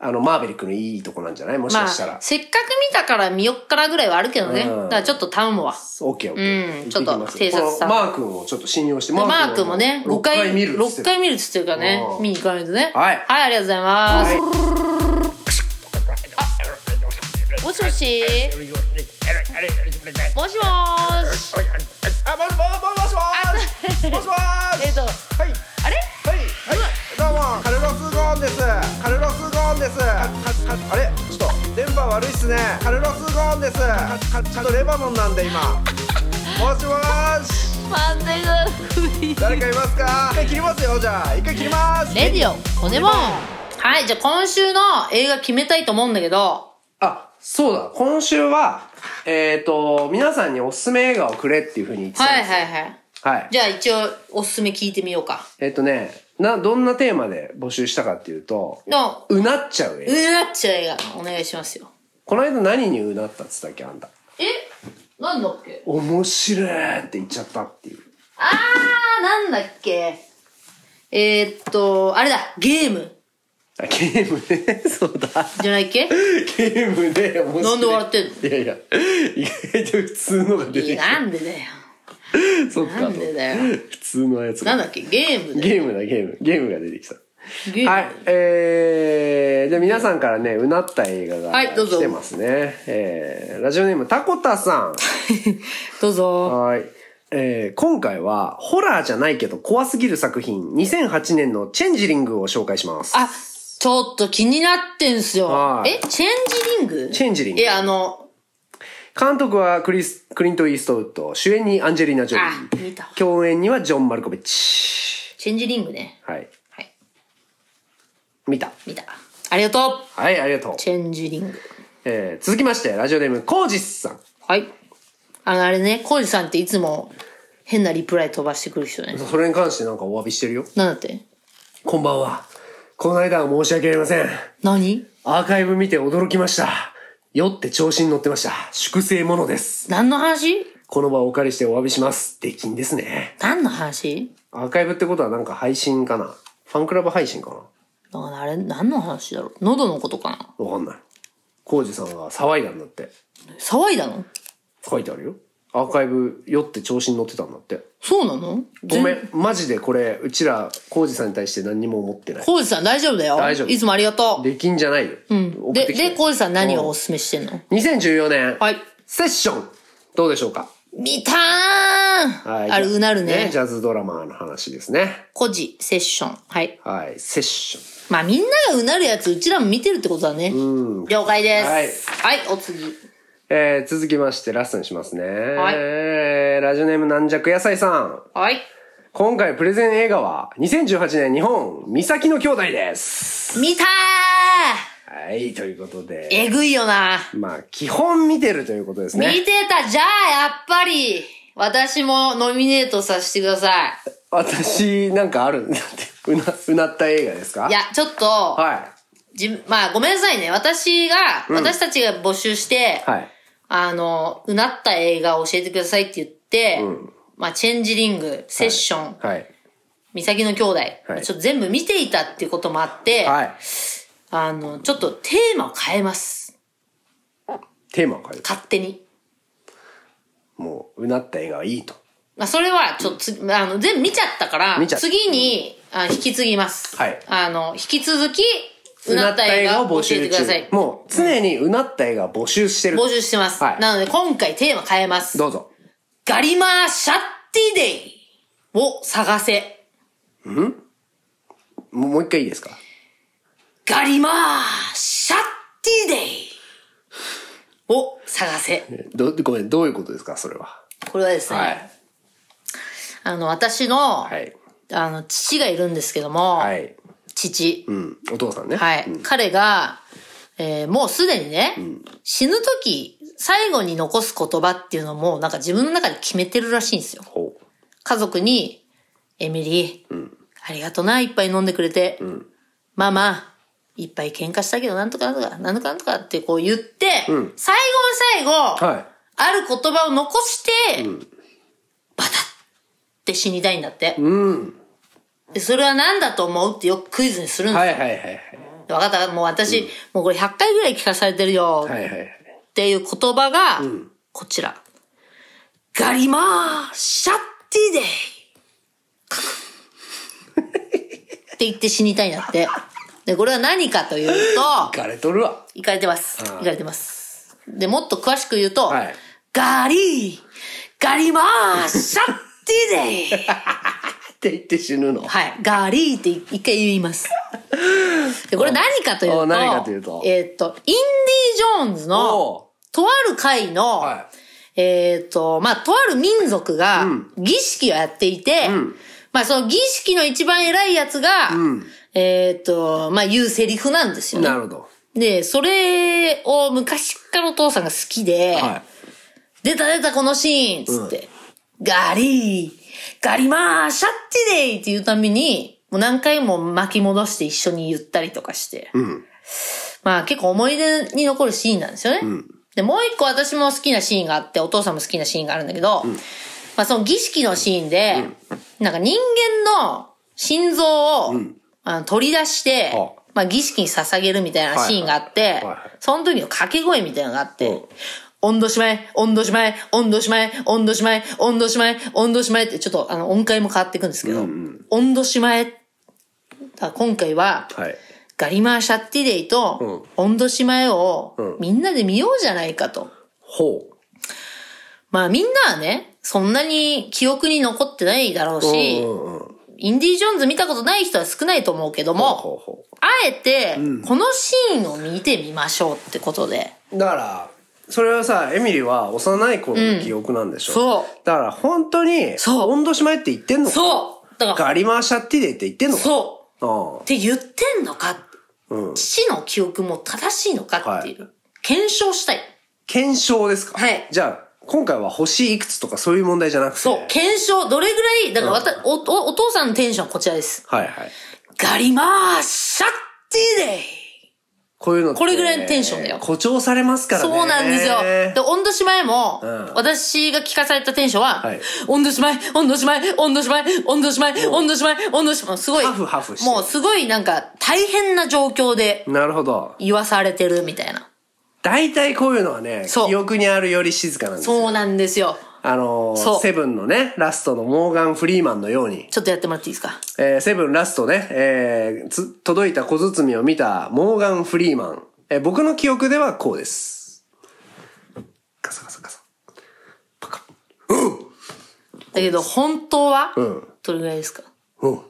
S3: あの、マーベリックのいいとこなんじゃないもし
S2: ま
S3: か
S2: あ、
S3: したら。
S2: せっかく見たから見よっからぐらいはあるけどね。
S3: うん
S2: だからちょっと頼むわ。
S3: オッケーオッケー。
S2: うんちょっと
S3: 行ってきます
S2: 偵察さん
S3: このマー君をちょっと信用して。
S2: でマークもね、
S3: 6
S2: 5
S3: 回
S2: 回、
S3: 見るっつって
S2: 6回見るっつってるからね
S3: う、ん
S2: 見に行かないとね。
S3: はい
S2: はい、ありがとうございます。
S6: あ、もしもしもしもしもしもし
S2: あもしもしもしもーしえっと、
S6: はい
S2: あれ
S6: はいはいどうもカルロスゴーンですカルロスゴーンですかかかあれちょっと電波悪いっすねカルロスゴーンですかかちょっとレバノンなんで今もしもし
S2: 漫才が首
S6: 誰かいますか一回切りますよじゃあ一回切ります
S2: レディオ骨もんはい、じゃあ今週の映画決めたいと思うんだけど、
S3: あ、そうだ。今週は、えっ、と、皆さんにおすすめ映画をくれっていうふうに言ってたん
S2: はい
S3: ですよ。
S2: はいはい。
S3: はい。
S2: じゃあ一応おすすめ聞いてみようか。
S3: えっ、とね、な、どんなテーマで募集したかっていうと、
S2: の、
S3: うなっちゃう映
S2: う
S3: 画。
S2: なっちゃう映画、お願いしますよ。
S3: この間何にうなったっつったっけあんた。
S2: えなんだっけ
S3: 面白いって言っちゃったっていう。
S2: あー、なんだっけえー、っと、あれだ、ゲーム。
S3: あゲームね。そうだ。
S2: じゃないっけ
S3: ゲームで面白い。
S2: なんで笑ってんの
S3: いやいや、意外と普通のが出て
S2: い
S3: き
S2: や
S3: た。
S2: なんでだよ。
S3: そっか。
S2: なんでだよ
S3: 普通のやつが
S2: なんだっけゲームだよ。
S3: ゲームだ、ゲーム。ゲームが出てきた。
S2: ゲーム。
S3: はい。えー、じゃあ皆さんからね、うなった映画が
S2: はいどうぞ
S3: 来てますね。えー、ラジオネーム、タコタさ
S2: どうぞ
S3: ん。。はい。えー、今回は、ホラーじゃないけど怖すぎる作品、2008年のチェンジリングを紹介します。
S2: あ、ちょっと気になってんすよ
S3: は。い
S2: え、チェンジリング
S3: チェンジリング
S2: え、あの、
S3: 監督はクリス、クリント・イーストウッド、主演にアンジェリーナ・ジョ
S2: あ、
S3: リー、
S2: 見た。
S3: 共演にはジョン・マルコビッチ。
S2: チェンジリングね。
S3: はい。
S2: はい。
S3: 見た。
S2: 見た。ありがとう
S3: はい、ありがとう。
S2: チェンジリング。
S3: えー、続きまして、ラジオネーム、コージスさん。
S2: はい。あの、あれね、コウジさんっていつも変なリプライ飛ばしてくる人ね。
S3: それに関してなんかお詫びしてるよ。
S2: なんだって
S3: こんばんは。この間は申し訳ありません。
S2: 何
S3: アーカイブ見て驚きました。酔って調子に乗ってました。粛清者です。
S2: 何の話
S3: この場をお借りしてお詫びします。出禁ですね。
S2: 何の話
S3: アーカイブってことはなんか配信かなファンクラブ配信か
S2: だからあれ、何の話だろう喉のことかな
S3: なわかんない。コウジさんが騒いだんだって。
S2: 騒いだの
S3: 書いてあるよ。アーカイブ酔って調子に乗ってたんだって。
S2: そうなの
S3: ごめ
S2: 全
S3: ん。マジでこれ、うちら、コウジさんに対して何にも思ってない。
S2: コウジさん大丈夫だよ。
S3: 大丈夫
S2: いつもありがと
S3: 出禁じゃないよ。う
S2: う。で、で、コウジさん何をおすすめしてんの
S3: 2014年、
S2: はい
S3: セッション、どうでしょうか
S2: 見たーん、
S3: はい
S2: あれ、うなるね
S3: ジ。ャズドラマーの話ですね。
S2: コジ、セッション。はい。
S3: はい。セッショ
S2: まあみんながうなるやつ、うちらも見てるってことだね。
S3: ん
S2: 了解です。はい、お次。
S3: ン。えー、続きましてラストにしますね。
S2: い
S3: えーラジオネーム軟弱野菜さん。
S2: はい。
S3: 今回プレゼン映画は2018年日本、三崎の兄弟です。
S2: 見たー
S3: はい、ということで。
S2: えぐいよな。
S3: まあ、基本見てるということです
S2: 見
S3: ね。
S2: てた、じゃあ、やっぱり、私もノミネートさせてください。
S3: 私、なんかあるんだって。うな、うなった映画ですか
S2: いや、ちょっと、
S3: は
S2: じまあ、ごめんなさいね。私が、私たちが募集して、
S3: い。はい。
S2: あの、うなった映画を教えてくださいって言って、まあ、チェンジリング、セッション、
S3: はい。
S2: 三崎の兄弟、
S3: はい
S2: ちょっと全部見ていたっていうこともあって、
S3: はい。
S2: あの、ちょっとテーマを変えます。
S3: テーマを変える。
S2: 勝手に。
S3: もう、うなった映画はいいと。
S2: まあ、それは、ちょっとつ、あの、全部見ちゃったから、
S3: 見ちゃった
S2: 次に、あ引き継ぎます。
S3: はい
S2: あの、引き続き、うなった映画を募集してください。
S3: もう常にうなった映画を募集してる。
S2: 募集してます。
S3: はい
S2: なので、今回テーマ変えます。
S3: どうぞ。
S2: ガリマーシャッティデイを探せ。
S3: もうもう一回いいですか
S2: ガリマーシャッティデイを探せ。
S3: どごめん、どういうことですかそれは。
S2: これはですね、
S3: はい。
S2: あの、私の、
S3: はい。
S2: あの、父がいるんですけども、
S3: はい。
S2: 父、
S3: うん。お父さんね。
S2: はい、彼が、えーもうすでにね、死ぬ時、最後に残す言葉っていうのも、なんか自分の中で決めてるらしいんですよ。
S3: ほう。
S2: 家族に、エミリー、ありがとな、いっぱい飲んでくれて、ママ、いっぱい喧嘩したけど、なんとかなんとか、なんとかなんとかってこう言って、最後の最後、
S3: はい。
S2: ある言葉を残して、バタって死にたいんだって。
S3: うん。
S2: でそれは何だと思うってよくクイズにするんですよ。
S3: はいはいはいはい。
S2: 分かった。もう私、もうこれ100回ぐらい聞かされてるよ。
S3: はいはいはい。
S2: っていう言葉が、こちら。ガリマーシャッティデイカクッって言って死にたいなって。で、これは何かという と、
S3: ガレとるわ。
S2: いかれてます。
S3: うん
S2: いかれてます。で、もっと詳しく言うと、
S3: はい
S2: ガリー、ガリマーシャッティ デイ
S3: って言って死ぬの。
S2: はい。ガリーって一回言います。で、これ何かという
S3: お
S2: と、
S3: 何かというと
S2: えーっと、インディ・ジョーンズ
S3: おう
S2: の、とある会の、
S3: は
S2: えーっと、まあ、とある民族が、儀式をやっていて、まあ、その儀式の一番偉いやつが、えーっと、まあ、言うセリフなんですよね
S3: な。るほど。
S2: で、それを昔っからお父さんが好きで、
S3: は
S2: 出た出たこのシーンっつって、ガリー、ガリマーシャッチデイっていうために、もう何回も巻き戻して一緒に言ったりとかして、まあ結構思い出に残るシーンなんですよね。で、もう一個私も好きなシーンがあって、お父さんも好きなシーンがあるんだけど、まあその儀式のシーンで、なんか人間の心臓を、あの取り出して、
S3: はあ
S2: まあ儀式に捧げるみたいなシーンがあって、
S3: いはい
S2: その時の掛け声みたいなのがあって、温度しまえ、温度しまえ、温度しまえ、温度しまえ、温度しまえ、温度しまえって、ちょっとあの音階も変わっていくんですけど、温度しまえ。だから今回は、
S3: い。はい。
S2: ガリマーシャッティデイと、温度しまえをみんなで見ようじゃないかと。
S3: ほ
S2: まあみんなはね、そんなに記憶に残ってないだろう
S3: う。
S2: し、
S3: うんうんうん。
S2: インディ・ジョーンズ見たことない人は少ないと思うけども、
S3: ほうほ
S2: あえて、このシーンを見てみましょうってことで。
S3: う。だから、それはさ、エミリは幼い頃の記憶なんでしょ、
S2: そう。
S3: だから本当に、
S2: そう
S3: 温度しまえって言ってんのか
S2: そうだから、
S3: ガリマーシャッティデイって言ってんのか
S2: そう
S3: う
S2: って言ってんのか、
S3: うん
S2: 父の記憶も正しいのかっていう、検証したい。
S3: 検証ですか
S2: はい
S3: じゃあ、今回は星いくつとかそういう問題じゃなくて。
S2: そう、検証、どれぐらい、だからわた、おお、お父さんのテンションはこちらです。
S3: はいはい。
S2: ガリマーシャッティデイ
S3: こういうのって
S2: これぐらいのテンションだよ
S3: 誇張されますからね。
S2: そうなんですよ。で、温度しまえも、
S3: ん
S2: 私が聞かされたテンションは、
S3: はい
S2: 温度しまえ、温度しまえ、温度しまえ、温度しまえ、温度しまえ、温度しまえ、すごい、
S3: ハフハフして
S2: もうすごいなんか大変な状況で
S3: なるほど。
S2: 言わされてるみたいな。
S3: 大体こういうのはね、
S2: そう
S3: 記憶にあるより静かなんですよ。
S2: そうなんですよ。
S3: あのー
S2: そう
S3: セブンのね、ラストのモーガン・フリーマンのように、
S2: ちょっとやってもらっていいですか
S3: えーセブンラストね、えーつ届いた小包を見たモーガン・フリーマン。えー僕の記憶ではこうです。カサカサカサ。
S2: だけど本当は、
S3: ん
S2: どれぐらいですか
S3: うん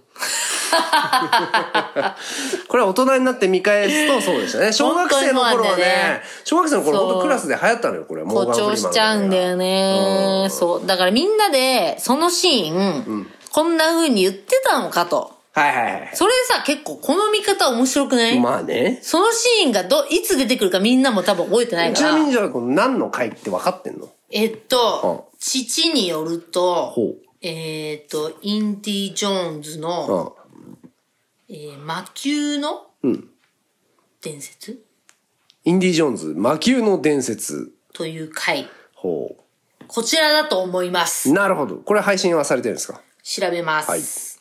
S3: これは大人になって見返すとそうで したね。小学生の
S2: 本
S3: 頃
S2: 当にそうなんだ
S3: は
S2: よ
S3: ね
S2: ね、
S3: 小学生の頃
S2: そう
S3: 本当クラスで流行ったのよ、これ。モー
S2: 誇
S3: ガンフリーマンの
S2: 張しちゃうんだよね。
S3: うん
S2: そう。だからみんなで、そのシーン、こんな風に言ってたのかと。
S3: はいはいは
S2: それさ、結構この見方面白くない、
S3: い。まあね。
S2: そのシーンがど、いつ出てくるかみんなも多分覚えてない
S3: ち
S2: か
S3: なみに
S2: ら。
S3: じゃあ、この何の回って分かってんの
S2: えっと、
S3: う
S2: 父による
S3: ほ
S2: と
S3: う、
S2: えっと、インディ・ジョーンズ
S3: う
S2: の、
S3: ん。
S2: えー魔球の、伝説
S3: インディ・ジョーンズ、魔球の伝説。
S2: という回。
S3: ほ
S2: こちらだと思います
S3: う。。なるほど。これ配信はされてるんですか
S2: 調べます。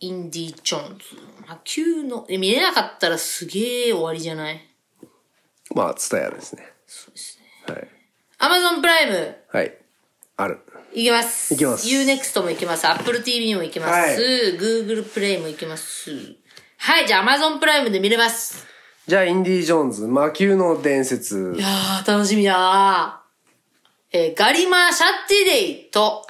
S2: インディ・ジョーンズ。あ、9の、え、見れなかったらすげえ終わりじゃない
S3: まあ、ツタヤですね。
S2: そうですね。
S3: はい。
S2: アマゾンプライム、
S3: はい。ある。
S2: いけます。
S3: いけます
S2: ユーネクストもいけます。Apple TV もいけます。
S3: は
S2: Google プレイもいけます。はい、じゃあ Amazon プライムで見れます。
S3: じゃあ、インディ・ジョーンズ、魔球の伝説
S2: い。やー、楽しみだー。えーガリマーシャッティデイと、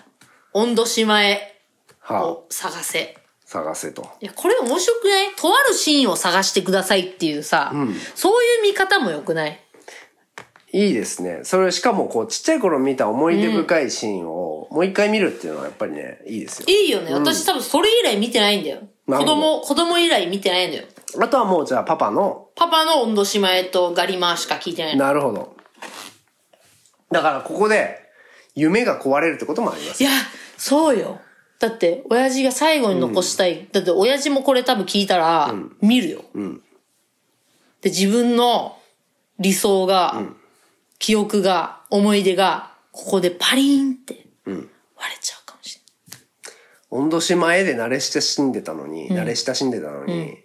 S2: 温度しまえ
S3: は
S2: を探せ。
S3: 探せと。
S2: いや、これ面白くないとあるシーンを探してくださいっていうさ、そういう見方も良くない
S3: いいですね。それ、しかも、こう、ちっちゃい頃見た思い出深いシーンを、もう一回見るっていうのは、やっぱりね、いいですよ。
S2: いいよね。私多分それ以来見てないんだよ。
S3: な
S2: 子
S3: るほ
S2: 供、子供以来見てないんだよ。
S3: あとはもう、じゃあ、パパの、
S2: パパの温度しまえとガリマーしか聞いてない。
S3: なるほど。だから、ここで、夢が壊れるってこともあります
S2: い。や、そうよ。だって、親父が最後に残したい。だって、親父もこれ多分聞いたら、見るよ、で、自分の理想が、記憶が、思い出が、ここでパリーンって、割れちゃうかもしれない。
S3: 温度し前で慣れ親しんでたのに、慣れ親しんでたのに、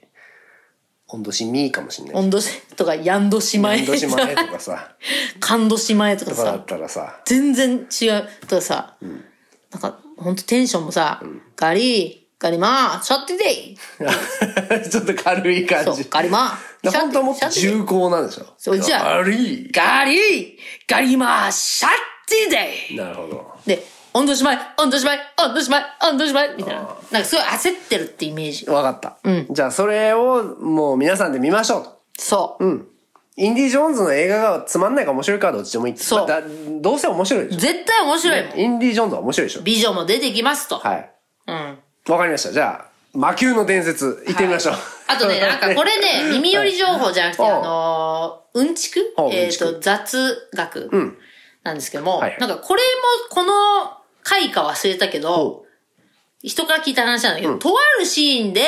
S3: 温度しみーかもしんない。
S2: 温度しとか、やんどしまえ。
S3: 温度しま えとかさ、
S2: かんどしまえとか
S3: とかだ
S2: さ
S3: っ。たらさ、
S2: 全然違う。とかさ、なんか、ほんとテンションもさ、ガリ、ガリマー、シャッテデイ
S3: ちょっと軽い感
S2: そう
S3: じ、。
S2: ガリマー、
S3: だ
S2: シャ
S3: 本
S2: ッ
S3: 当はもっと
S2: テデイ
S3: 重厚なんでしょ。
S2: そうじゃあ
S3: 軽い。
S2: ガリ、ガリマー、シャッテデイ
S3: なるほど。
S2: で、温度しまえ、温度しまえ、温度しまえ、温度しまえ、みたいな。なんかすごい焦ってるってイメージ。
S3: わかった。じゃあそれをもう皆さんで見ましょうと。
S2: そう。
S3: インディ・ジョーンズの映画がつまんないか面白いかどっちでもいいって
S2: そう
S3: だどうせ面白いでし
S2: 絶対面白いもん
S3: ょ。インディ・ジョーンズは面白いでしょ
S2: 美女も出てきますと。
S3: はい
S2: うん。
S3: わかりましたじゃあ魔球の伝説行ってみましょう、
S2: あと ね、なんかこれね、耳寄り情報じゃなくて、
S3: うん
S2: あのーうんちく
S3: あうん
S2: えっ、
S3: ちく
S2: と、雑学
S3: ん
S2: なんですけども、
S3: はいはい
S2: なんかこれも、この回か忘れたけど、人から聞いた話なんだけど、とあるシーンで、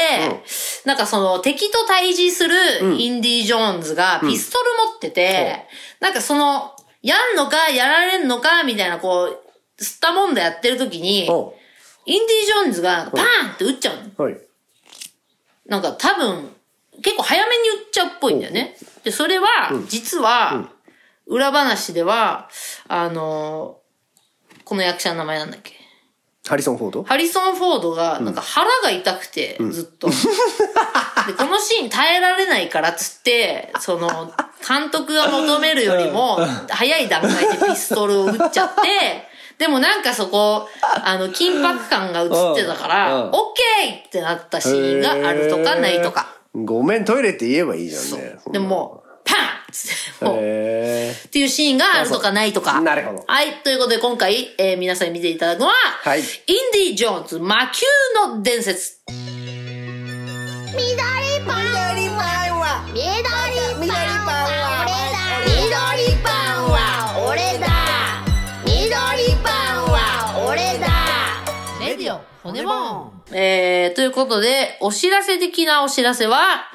S2: なんかその敵と対峙するインディ・ジョーンズがピストル持ってて、なんかその、やんのかやられんのかみたいなこう、吸ったもんだやってる時に、インディ・
S3: おう
S2: ジョーンズがパーンって撃っちゃうの。
S3: はい
S2: なんか多分、結構早めに言っちゃうっぽいんだよね。で、それは、実は、裏話では、あのーこの役者の名前なんだっけ。
S3: ハリソン・フォード
S2: ハリソン・フォードが、なんか腹が痛くて、ずっと。で、このシーン耐えられないからっつって、その、監督が求めるよりも、早い段階でピストルを撃っちゃって、でもなんかそこ、あの、緊迫感が映ってたか
S3: うんうん
S2: ら、オッケーってなったシーンがあるとかないとか。
S3: ごめんトイレって言えばいいじゃ
S2: そ
S3: んね
S2: う。でももう、パン っつって、もう、
S3: へ
S2: っていうシーンがあるとかないとか。
S3: なるほど
S2: はい。ということで今回、えー皆さんに見ていただくのは、
S3: はい
S2: インディ・ジョーンズ魔球の伝説。
S4: 緑パンは緑パンは緑パンは俺だ緑パンは俺だ
S2: レディオ骨ボンえー、ということで、お知らせ的なお知らせは、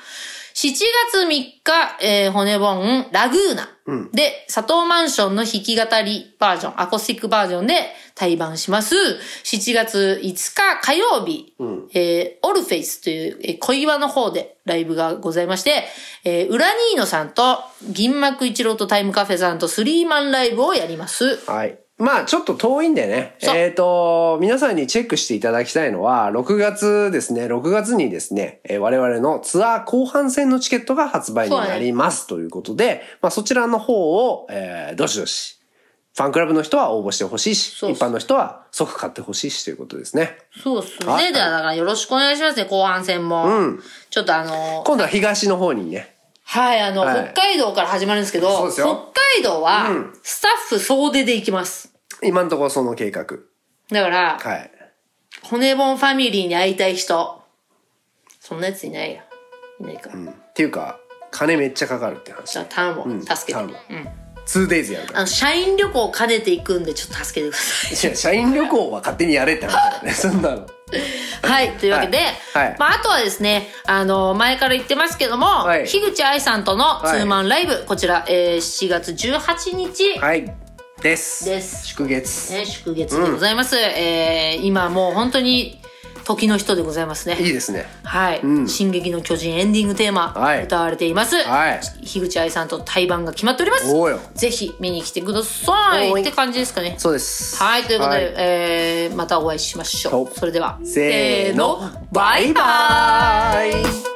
S2: 7月3日、えー、骨ボン、ラグーナ。で、佐藤マンションの弾き語りバージョン、アコースティックバージョンで対バンします。7月5日火曜日、えーオルフェイスという、えー小岩の方でライブがございまして、えー、ウラニーノさんと、銀幕一郎とタイムカフェさんとスリーマンライブをやります。
S3: はい。まあちょっと遠いんでね。
S2: そう
S3: えっ、と、皆さんにチェックしていただきたいのは、6月ですね、6月にですね、えー我々のツアー後半戦のチケットが発売になりますということで、まあそちらの方を、えーどしどし、ファンクラブの人は応募してほしいし、
S2: そう
S3: 一般の人は即買ってほしいしということですね。
S2: そうっす
S3: は
S2: ね。
S3: い
S2: では、だからよろしくお願いしますね、後半戦も。ちょっとあのー
S3: 今度は東の方にね、
S2: はい、あの、
S3: はい
S2: 北海道から始まるんですけど、
S3: そうです
S2: 北
S3: よ
S2: 海道は
S3: うん、
S2: スタッフ総出で行きます。
S3: 今のところその計画。
S2: だから、
S3: はい。
S2: 骨盆ファミリーに会いたい人。そんなやついないや。いないか。
S3: うんっていうか、金めっちゃかかるって話
S2: じゃあ、。ターンを助けて、
S3: うんタ
S2: うん。
S3: 2days やるから
S2: あ。の、社員旅行を兼ねていくんで、ちょっと助けてくだ さい。
S3: いや、社員旅行は勝手にやれって話 だよね、そんなの。
S2: はい、というわけで、
S3: はいはい
S2: まあ、あとはですね、あの、前から言ってますけども、
S3: はい
S2: 樋口愛さんとのツーマンライブ、こちら、えー、7月18日、
S3: はい。です。
S2: です
S3: 祝月。
S2: ね、祝月でございます。えー、今もう本当に時の人でございます
S3: い
S2: ね。
S3: いですね。
S2: はい、
S3: うん
S2: 進撃の巨人エンディングテーマ、
S3: はい
S2: 歌われています。
S3: はい。
S2: 樋口愛さんと対バンが決まっております。
S3: おうよ。
S2: ぜひ見に来てください
S3: おい
S2: って感じですかね。
S3: そうです。
S2: はい、ということで、
S3: は
S2: えー、またお会いしましょ
S3: お
S2: う。それでは、
S3: せーの、バイバーイ